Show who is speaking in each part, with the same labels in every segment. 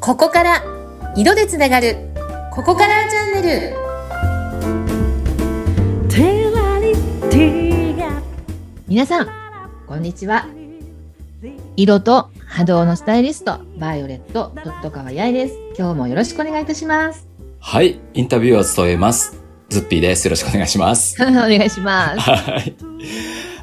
Speaker 1: ここから色でつながるここからチャンネル
Speaker 2: テラリティが
Speaker 1: 皆さんこんにちは色と波動のスタイリストバイオレットドットカワヤイです今日もよろしくお願いいたします
Speaker 3: はい、インタビューを務めます。ズッピーです。よろしくお願いします。
Speaker 1: お願いします
Speaker 3: はい。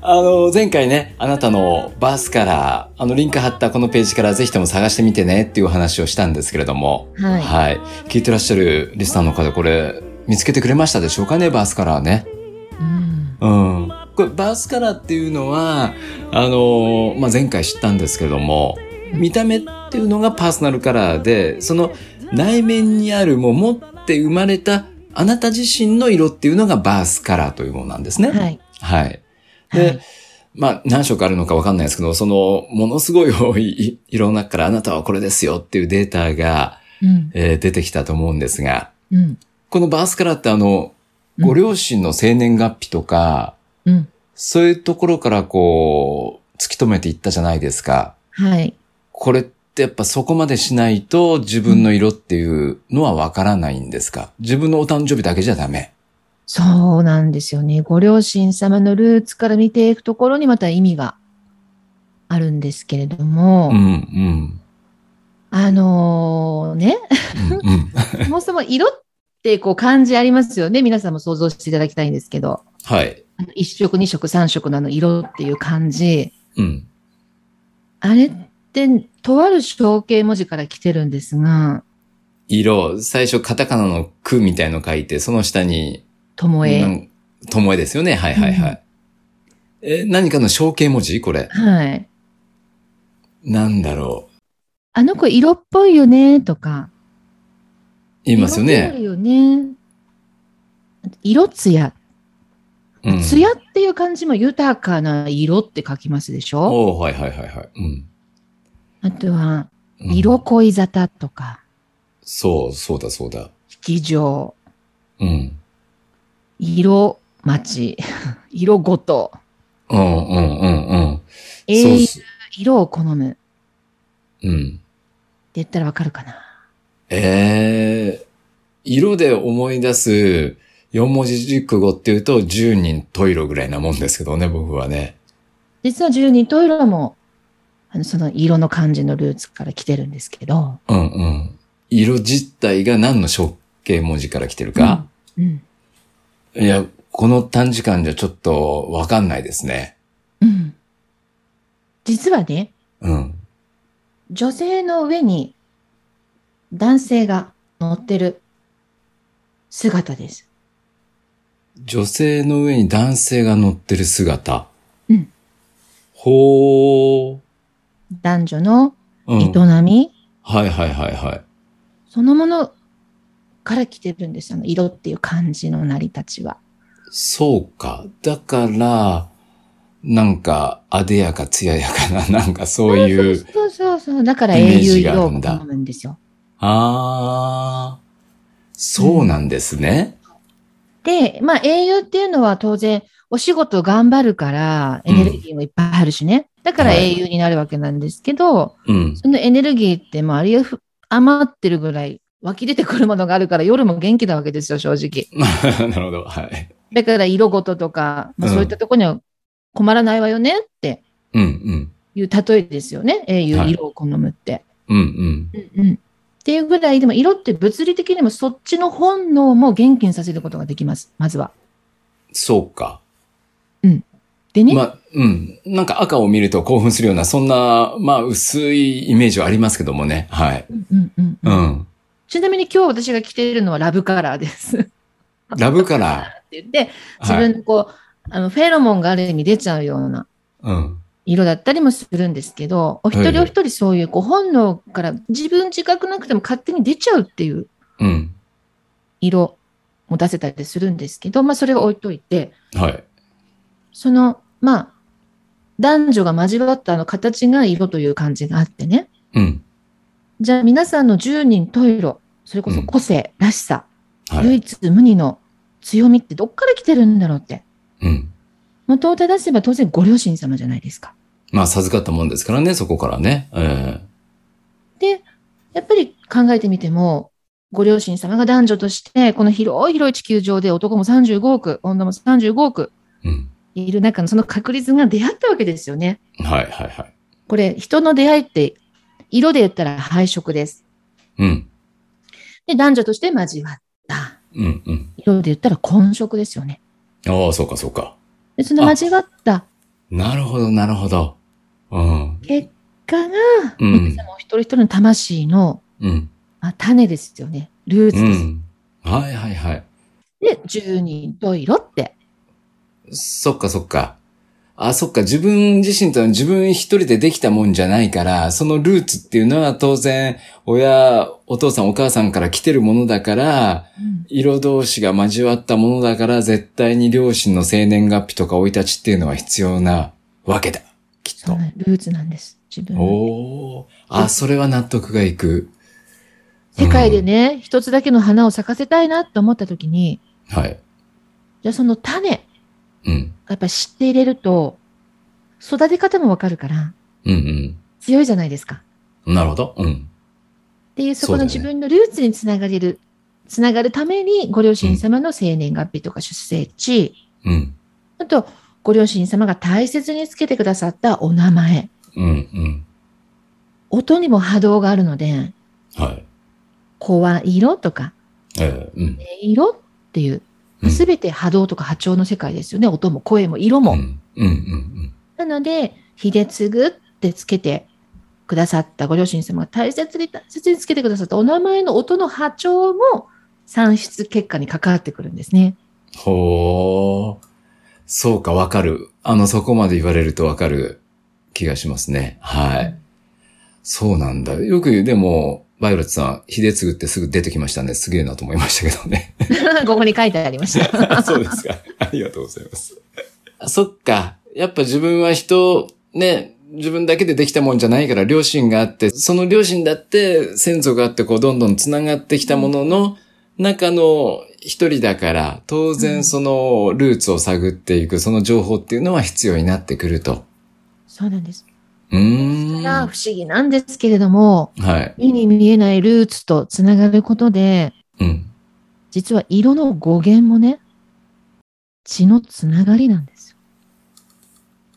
Speaker 3: あの、前回ね、あなたのバースから、あの、リンク貼ったこのページからぜひとも探してみてねっていうお話をしたんですけれども、
Speaker 1: はい
Speaker 3: 聞いてらっしゃるリスナーの方、これ、見つけてくれましたでしょうかね、バースカラーね。
Speaker 1: うん
Speaker 3: うん。これ、バースカラーっていうのは、あの、まあ、前回知ったんですけれども、見た目っていうのがパーソナルカラーで、その内面にあるもう持って生まれたあなた自身の色っていうのがバースカラーというものなんですね。。
Speaker 1: はいい
Speaker 3: はい。
Speaker 1: は
Speaker 3: で、
Speaker 1: い
Speaker 3: まあ何色あるのかわかんないですけど、そのものすごい多い色の中からあなたはこれですよっていうデータが、
Speaker 1: うん
Speaker 3: えー出てきたと思うんですが、
Speaker 1: うん
Speaker 3: このバースカラーってあの、ご両親の生年月日とか、
Speaker 1: うん
Speaker 3: そういうところからこう、突き止めていったじゃないですか。
Speaker 1: はい
Speaker 3: これってやっぱそこまでしないと自分の色っていうのはわからないんですか自分のお誕生日だけじゃダメ。
Speaker 1: そうなんですよね。ご両親様のルーツから見ていくところにまた意味があるんですけれども、
Speaker 3: うん、うん。
Speaker 1: あの ね、
Speaker 3: うんうん、
Speaker 1: そもそも色ってこう漢字ありますよね。皆さんも想像していただきたいんですけど、
Speaker 3: はい。
Speaker 1: あの1色、2色、3色のあの色っていう漢字、
Speaker 3: うん。
Speaker 1: あれってとある象形文字から来てるんですが、
Speaker 3: 色、最初カタカナのくみたいの書いて、その下に、
Speaker 1: とも
Speaker 3: な
Speaker 1: え。
Speaker 3: んともえですよね。はいはいはい。え、何かの象形文字これ。
Speaker 1: はい。
Speaker 3: なんだろう。
Speaker 1: あの子色っぽいよね、とか。
Speaker 3: 言いますよ
Speaker 1: 色っぽ
Speaker 3: ね。
Speaker 1: いよね。色艶
Speaker 3: うん、
Speaker 1: 艶っていう漢字も豊かな色って書きますでしょ
Speaker 3: おーはいはいはいはい。うん。
Speaker 1: あとは、
Speaker 3: うん
Speaker 1: 色恋沙汰とか、
Speaker 3: そう、そうだそうだ。
Speaker 1: 引き情、
Speaker 3: うん。
Speaker 1: 色町、 色ごと、
Speaker 3: うんうんうんうん。
Speaker 1: 永
Speaker 3: そうっ
Speaker 1: 遠
Speaker 3: す。
Speaker 1: 色を好むって
Speaker 3: うん。
Speaker 1: 言ったらわかるかな。
Speaker 3: ええ色で思い出す四文字熟語っていうと10人トイロぐらいなもんですけどね、僕はね。
Speaker 1: 実は十二と色も、あのその色の漢字のルーツから来てるんですけど、
Speaker 3: うんうん。色自体が何の象形文字から来てるか、
Speaker 1: うん、
Speaker 3: いや、この短時間じゃちょっとわかんないですね。
Speaker 1: うん。実はね、
Speaker 3: うん。
Speaker 1: 女性の上に男性が乗ってる姿です。
Speaker 3: 女性の上に男性が乗ってる姿。
Speaker 1: うん。
Speaker 3: ほー。
Speaker 1: 男女の
Speaker 3: うん。はい
Speaker 1: 営み、
Speaker 3: はいはいはい。
Speaker 1: そのものから来てるんですあの色っていう漢字の成り立ちは。
Speaker 3: そうか。だから、なんか、あでやか艶やかな、 なんかそういう。
Speaker 1: そうそうそう。だから
Speaker 3: イメ
Speaker 1: 英
Speaker 3: ー
Speaker 1: 雄
Speaker 3: ジが
Speaker 1: 色
Speaker 3: あ
Speaker 1: を
Speaker 3: るんだ
Speaker 1: 好むんですよ。
Speaker 3: ああ、そうなんですね。
Speaker 1: で、まあ英雄っていうのは当然お仕事頑張るからエネルギーもいっぱいあるしね。だから
Speaker 3: はい
Speaker 1: 英雄になるわけなんですけど、
Speaker 3: うん。
Speaker 1: そのエネルギーってもうありえふ余ってるぐらい湧き出てくるものがあるから夜も元気なわけですよ、正直。
Speaker 3: なるほど。はい。
Speaker 1: だから色ごととか、まあ、
Speaker 3: うん
Speaker 1: そういったとこには困らないわよねって
Speaker 3: うんうん。
Speaker 1: いう例えですよね。英雄
Speaker 3: はい
Speaker 1: 色を好むって。
Speaker 3: うんうん。
Speaker 1: うんうんっていうぐらい、でも色って物理的にもそっちの本能も元気にさせることができます。まずは。
Speaker 3: そうか。
Speaker 1: でね、
Speaker 3: ま、うん。なんか赤を見ると興奮するような、そんな、まあ、薄いイメージはありますけどもね。はい。
Speaker 1: うんうん
Speaker 3: う
Speaker 1: うん
Speaker 3: ん。
Speaker 1: ちなみに今日私が着ているのはラブカラーです。って
Speaker 3: ラブカ ラ
Speaker 1: 言って、
Speaker 3: ー。
Speaker 1: 自
Speaker 3: はい。
Speaker 1: 分のこう、あのフェロモンがある意味出ちゃうような
Speaker 3: うん。
Speaker 1: 色だったりもするんですけど、お一人お一人そういうこう本能から自分自覚なくても勝手に出ちゃうっていう
Speaker 3: うん。
Speaker 1: 色も出せたりするんですけど、まあそれは置いといて、
Speaker 3: はい。
Speaker 1: その、まあ、男女が交わったあの形が色という感じがあってね。
Speaker 3: うん。
Speaker 1: じゃあ皆さんの十人十色、それこそ個性、らしさ、
Speaker 3: は
Speaker 1: 唯
Speaker 3: い。
Speaker 1: 一無二の強みってどっから来てるんだろうって。
Speaker 3: うん。
Speaker 1: 元を正せば当然ご両親様じゃないですか。
Speaker 3: まあ、授かったもんですからね、そこからね。え
Speaker 1: やっぱり考えてみても、ご両親様が男女として、この広い広い地球上で男も35億、女も35億
Speaker 3: うん。
Speaker 1: いる中のその確率が出会ったわけですよね。
Speaker 3: はいはいはい。
Speaker 1: これ、人の出会いって、色で言ったら配色です。
Speaker 3: うん。
Speaker 1: で、男女として交わった。
Speaker 3: うんうん。
Speaker 1: 色で言ったら混色ですよね。
Speaker 3: ああ、そうかそうか。
Speaker 1: で、その交わった
Speaker 3: なるほどなるほど。うん。
Speaker 1: 結果が、
Speaker 3: うん。
Speaker 1: もう一人一人の魂の、
Speaker 3: うん。
Speaker 1: まあ、種ですよね。ルー
Speaker 3: う
Speaker 1: ツです。
Speaker 3: ん。はいはいはい。
Speaker 1: で、十人十色って。
Speaker 3: そっかそっか。あ、そっか。自分自身というのは自分一人でできたもんじゃないから、そのルーツっていうのは当然、親、お父さんお母さんから来てるものだから、色同士が交わったものだから、絶対に両親の生年月日とか生い立ちっていうのは必要なわけだ。きっ
Speaker 1: そ
Speaker 3: と
Speaker 1: う。なんルーツなんです。自分の。
Speaker 3: おー。あ、それは納得がいく。
Speaker 1: 世界でね、一つだけの花を咲かせたいなと思った時に、
Speaker 3: はい。
Speaker 1: じゃあその種、
Speaker 3: うん。
Speaker 1: やっぱり知って入れると、育て方もわかるから、
Speaker 3: うん
Speaker 1: 強いじゃないですか。
Speaker 3: うん。なるほど。うん。
Speaker 1: っていう、そ
Speaker 3: そ
Speaker 1: こ
Speaker 3: うだ
Speaker 1: の
Speaker 3: よね
Speaker 1: 自分のルーツにつながれる、つながるために、ご両親様の生年月日とか出生地、
Speaker 3: うん。
Speaker 1: あと、ご両親様が大切につけてくださったお名前、
Speaker 3: うん。うん。
Speaker 1: 音にも波動があるので、
Speaker 3: はい。
Speaker 1: 声色とか、
Speaker 3: えー、う
Speaker 1: 音
Speaker 3: ん。
Speaker 1: 色っていう、
Speaker 3: うん
Speaker 1: すべて波動とか波長の世界ですよね。音も声も色も。
Speaker 3: うん。うん。うん。
Speaker 1: なので、秀次ってつけてくださったご両親様が大切に大切につけてくださったお名前の音の波長も算出結果に関わってくるんですね。
Speaker 3: ほー。そうか、わかる。あの、そこまで言われるとわかる気がしますね。はい。そうなんだ。よく、でも、バイオレットさん、秀次ってすぐ出てきましたね。すげえなと思いましたけどね。
Speaker 1: ここに書いてありました。
Speaker 3: そうですか。ありがとうございます。そっか。やっぱ自分は人、ね、自分だけでできたもんじゃないから、両親があって、その両親だって先祖があって、こう、どんどん繋がってきたものの、中の一人だから、当然そのルーツを探っていく、その情報っていうのは必要になってくると。
Speaker 1: そうなんです。
Speaker 3: うーん。
Speaker 1: な
Speaker 3: は
Speaker 1: 不思議なんですけれども、
Speaker 3: い。
Speaker 1: 目に見えないルーツとつながることで、
Speaker 3: うん。
Speaker 1: 実は色の語源もね、血のつながりなんですよ。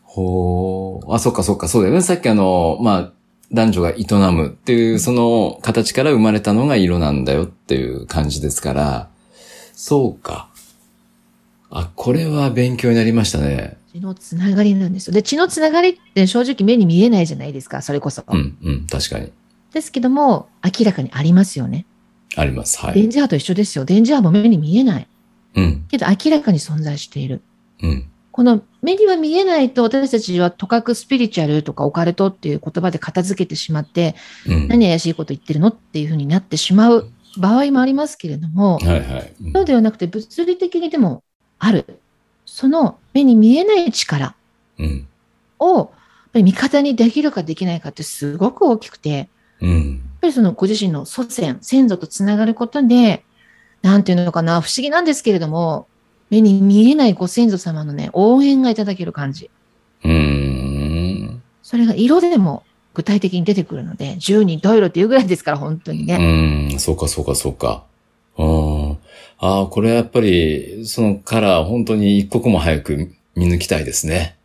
Speaker 3: ほー。あ、そっかそっか、そうだよね。さっきあの、まあ、男女が営むっていう、その形から生まれたのが色なんだよっていう感じですから、そうか。あ、これは勉強になりましたね。
Speaker 1: 血のつながりなんですよ。で、血のつながりって正直目に見えないじゃないですか、それこそ。
Speaker 3: うん、うん、確かに。
Speaker 1: ですけども、明らかにありますよね。
Speaker 3: あります。は
Speaker 1: 電
Speaker 3: い。
Speaker 1: 磁波と一緒ですよ。電磁波も目に見えない。
Speaker 3: うん、
Speaker 1: けど明らかに存在している。
Speaker 3: うん、
Speaker 1: この目には見えないと私たちはとかくスピリチュアルとかオカルトっていう言葉で片付けてしまって、
Speaker 3: うん。
Speaker 1: 何怪しいこと言ってるのっていうふうになってしまう場合もありますけれども、
Speaker 3: はいはい。うん
Speaker 1: そうではなくて物理的にでもある。その目に見えない力
Speaker 3: うん、
Speaker 1: をやっぱり味方にできるかできないかってすごく大きくて、
Speaker 3: うん。
Speaker 1: やっぱりそのご自身の祖先、先祖とつながることで、なんていうのかな、不思議なんですけれども、目に見えないご先祖様のね、応援がいただける感じ。
Speaker 3: うーん。
Speaker 1: それが色でも具体的に出てくるので、十人十色っていうぐらいですから、本当にね。
Speaker 3: うーん、そうかそうかそうか。うん。ああ、これはやっぱり、そのカラー、本当に一刻も早く見抜きたいですね。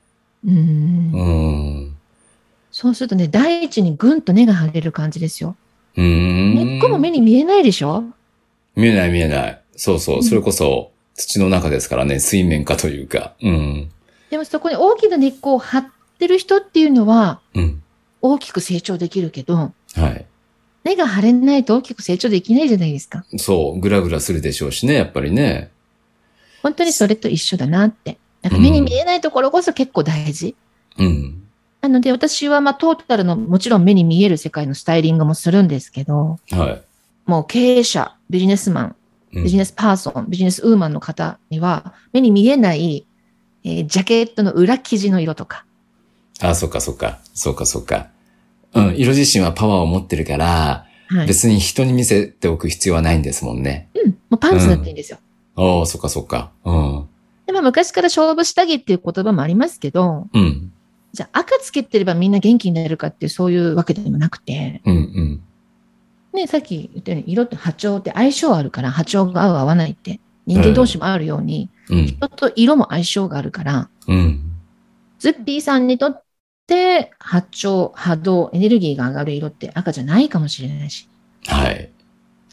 Speaker 1: うん。
Speaker 3: うーん。
Speaker 1: そうするとね、第一にぐんと根が張れる感じですよ。
Speaker 3: うーん。
Speaker 1: 根っこも目に見えないでしょ
Speaker 3: 見えない見えない。そうそうう。
Speaker 1: ん
Speaker 3: それこそ土の中ですからね、水面下というか。うん。
Speaker 1: でもそこに大きな根っこを張ってる人っていうのは、
Speaker 3: うん。
Speaker 1: 大きく成長できるけど、
Speaker 3: はい。
Speaker 1: 根が張れないと大きく成長できないじゃないですか。
Speaker 3: そう。ぐらぐらするでしょうしね、やっぱりね。
Speaker 1: 本当にそれと一緒だなって。なんか目に見えないところこそ結構大事。
Speaker 3: うん。
Speaker 1: なので私はまあトータルのもちろん目に見える世界のスタイリングもするんですけど、
Speaker 3: は
Speaker 1: もう経営者、ビジネスマン、
Speaker 3: い。うん
Speaker 1: ビジネスパーソン、ビジネスウーマンの方には目に見えない、えージャケットの裏生地の色とか、
Speaker 3: あ、そうかそうか。そうかそうか。うん。色自身はパワーを持ってるから、
Speaker 1: はい、
Speaker 3: 別に人に見せておく必要はないんですもんね。
Speaker 1: うん、もうパンツだっていいんですよ。
Speaker 3: ああ、そうかそうか。うん。
Speaker 1: でまあ昔から勝負下着っていう言葉もありますけど、
Speaker 3: うん。
Speaker 1: じゃあ赤つけてればみんな元気になるかっていうそういうわけでもなくて、
Speaker 3: うん。うん。
Speaker 1: ね、さっき言ったように、色と波長って相性あるから、波長が合う合わないって、人間同士もあるように、
Speaker 3: うん。
Speaker 1: 人と色も相性があるから、
Speaker 3: うん。
Speaker 1: ズッピーさんにとって、波長、波動、エネルギーが上がる色って赤じゃないかもしれないし、
Speaker 3: はい。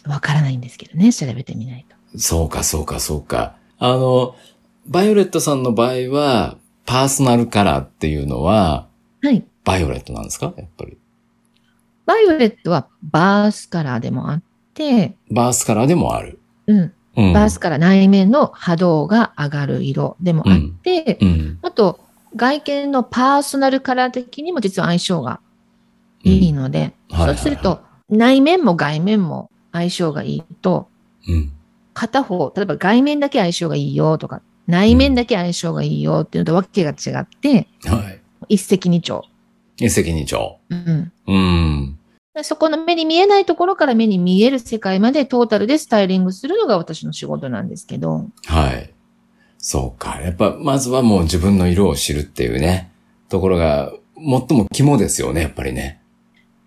Speaker 1: わからないんですけどね、調べてみないと。
Speaker 3: そうか、そうか、そうか。あの、バイオレットさんの場合は、パーソナルカラーっていうのは、
Speaker 1: はい。
Speaker 3: バイオレットなんですかやっぱり。
Speaker 1: バイオレットはバースカラーでもあって、
Speaker 3: バースカラーでもある。
Speaker 1: うん、
Speaker 3: うん。
Speaker 1: バースカラー内面の波動が上がる色でもあって、
Speaker 3: うん。
Speaker 1: あと、外見のパーソナルカラー的にも実は相性が
Speaker 3: うん
Speaker 1: いいので、
Speaker 3: はいはいはい
Speaker 1: そうすると、内面も外面も相性がいいと、
Speaker 3: うん。
Speaker 1: 片方、例えば外面だけ相性がいいよとか、内面だけ相性がいいよっていうのとわけが違って、
Speaker 3: はい。
Speaker 1: 一石二鳥。
Speaker 3: 一石二鳥。
Speaker 1: うん
Speaker 3: うん。
Speaker 1: でそこの目に見えないところから目に見える世界までトータルでスタイリングするのが私の仕事なんですけど、
Speaker 3: はい。そうか。やっぱ、まずはもう自分の色を知るっていうね、ところが、最も肝ですよね、やっぱりね。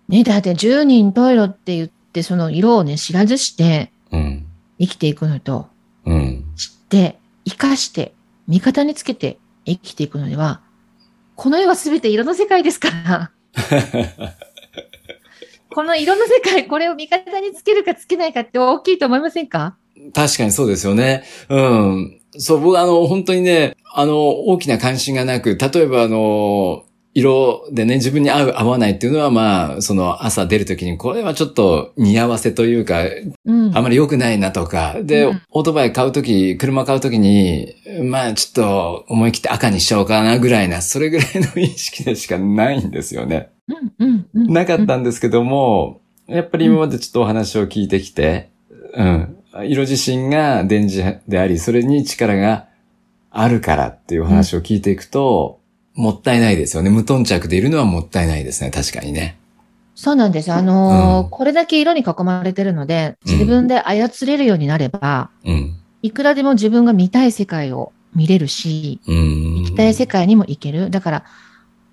Speaker 1: ね、だって10人トイロって言って、その色をね、知らずして
Speaker 3: うん。
Speaker 1: 生きていくのと、
Speaker 3: うん。
Speaker 1: 知って、生かして、味方につけて生きていくのでは、この世は全て色の世界です から。この色の世界、これを味方につけるかつけないかって大きいと思いませんか
Speaker 3: 確かにそうですよね。うん。そう、僕あの、本当にね、あの、大きな関心がなく、例えばあの、色でね、自分に合う合わないっていうのは、まあ、その朝出るときに、これはちょっと似合わせというか、
Speaker 1: うん。
Speaker 3: あまり良くないなとか、で、
Speaker 1: うん
Speaker 3: オートバイ買うとき、車買うときに、まあちょっと思い切って赤にしちゃおうかなぐらいな、それぐらいの意識でしかないんですよね。
Speaker 1: うん、うん、うん。
Speaker 3: なかっ
Speaker 1: うん
Speaker 3: たんですけども、やっぱり今までちょっとお話を聞いてきて、うん。色自身が電磁であり、それに力があるからっていうお話を聞いていくと、もったいないですよね。無頓着でいるのはもったいないですね。確かにね。
Speaker 1: そうなんです。あのー
Speaker 3: うん
Speaker 1: これだけ色に囲まれてるので、
Speaker 3: うん
Speaker 1: 自分で操れるようになれば、
Speaker 3: うん。
Speaker 1: いくらでも自分が見たい世界を見れるし、
Speaker 3: うん。
Speaker 1: 行きたい世界にも行ける。だから、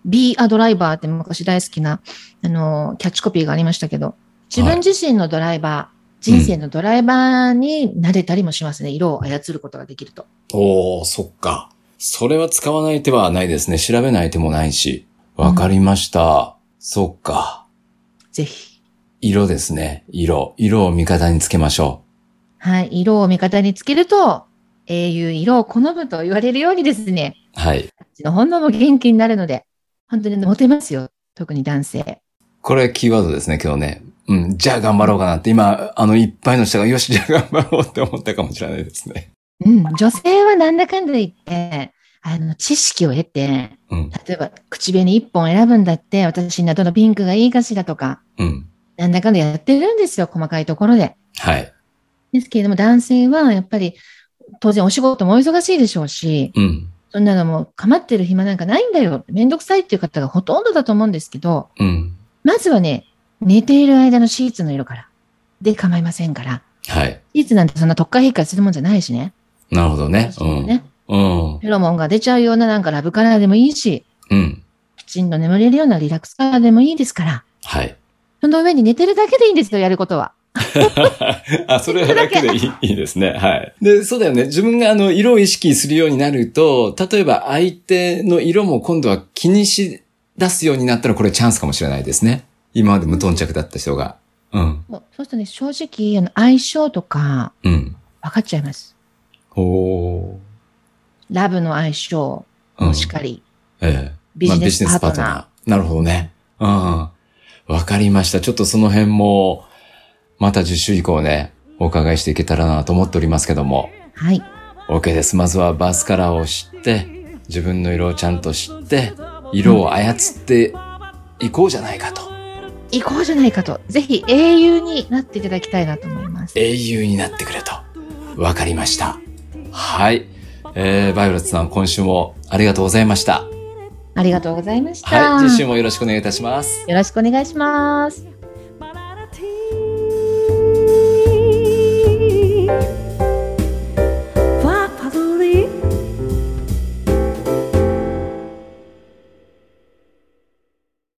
Speaker 1: Be a driver って昔大好きな、あの、キャッチコピーがありましたけど、自分自身のドライバー、人生のドライバーになれたりもしますね。色を操ることができると。
Speaker 3: おー、そっか。それは使わない手はないですね。調べない手もないし。わかりました。そっか。
Speaker 1: ぜひ。
Speaker 3: 色ですね。色。色を味方につけましょ
Speaker 1: はい。色を味方につけると、英雄色を好むと言われるようにですね、
Speaker 3: う。はい。
Speaker 1: あっちの本能も元気になるので、本当にモテますよ。特に男性。
Speaker 3: これキーワードですね、今日ね。うん。じゃあ頑張ろうかなって、今、あの、いっぱいの人が、よし、じゃあ頑張ろうって思ったかもしれないですね。
Speaker 1: うん。女性はなんだかんだ言って、あの、知識を得て、
Speaker 3: うん。
Speaker 1: 例えば口紅一本選ぶんだって私などのピンクがいいかしらとか
Speaker 3: うん。
Speaker 1: なんだかんだやってるんですよ細かいところで。
Speaker 3: はい。
Speaker 1: ですけれども男性はやっぱり当然お仕事もお忙しいでしょうし
Speaker 3: うん。
Speaker 1: そんなのもう構ってる暇なんかないんだよめんどくさいっていう方がほとんどだと思うんですけど
Speaker 3: うん。
Speaker 1: まずはね寝ている間のシーツの色からで構いませんから
Speaker 3: はい。
Speaker 1: シーツなんてそんな特化変化するもんじゃないしね
Speaker 3: なるほどね。うん。
Speaker 1: ね
Speaker 3: うん。
Speaker 1: フェロモンが出ちゃうようななんかラブカラーでもいいし
Speaker 3: うん。
Speaker 1: きちんと眠れるようなリラックスカラーでもいいですから
Speaker 3: はい。
Speaker 1: その上に寝てるだけでいいんですよ、やることは。
Speaker 3: あ、それはだけでいいいいですね。はい。で、そうだよね。自分があの、色を意識するようになると、例えば相手の色も今度は気にし出すようになったらこれチャンスかもしれないですね。今まで無頓着だった人が。うん。
Speaker 1: そうそうするとね、正直、あの相性とか
Speaker 3: うん。
Speaker 1: 分かっちゃいます。
Speaker 3: おー。
Speaker 1: ラブの相性
Speaker 3: うん
Speaker 1: もしっかり、
Speaker 3: ええ
Speaker 1: ビ
Speaker 3: まあ
Speaker 1: ジネスパートナー。
Speaker 3: ー。なるほどね。うん。わかりました。ちょっとその辺も、また10週以降ね、お伺いしていけたらなと思っておりますけども。
Speaker 1: はい。
Speaker 3: OK です。まずはバースカラーを知って、自分の色をちゃんと知って、色を操っていこうじゃないかと。
Speaker 1: 行こうじゃないかと。ぜひ英雄になっていただきたいなと思います。
Speaker 3: 英雄になってくれと。わかりました。はい。えー、バイオレットさん、今週もありがとうございました。
Speaker 1: ありがとうございました。
Speaker 3: はい。次週もよろしくお願いいたします。
Speaker 1: よろしくお願いします。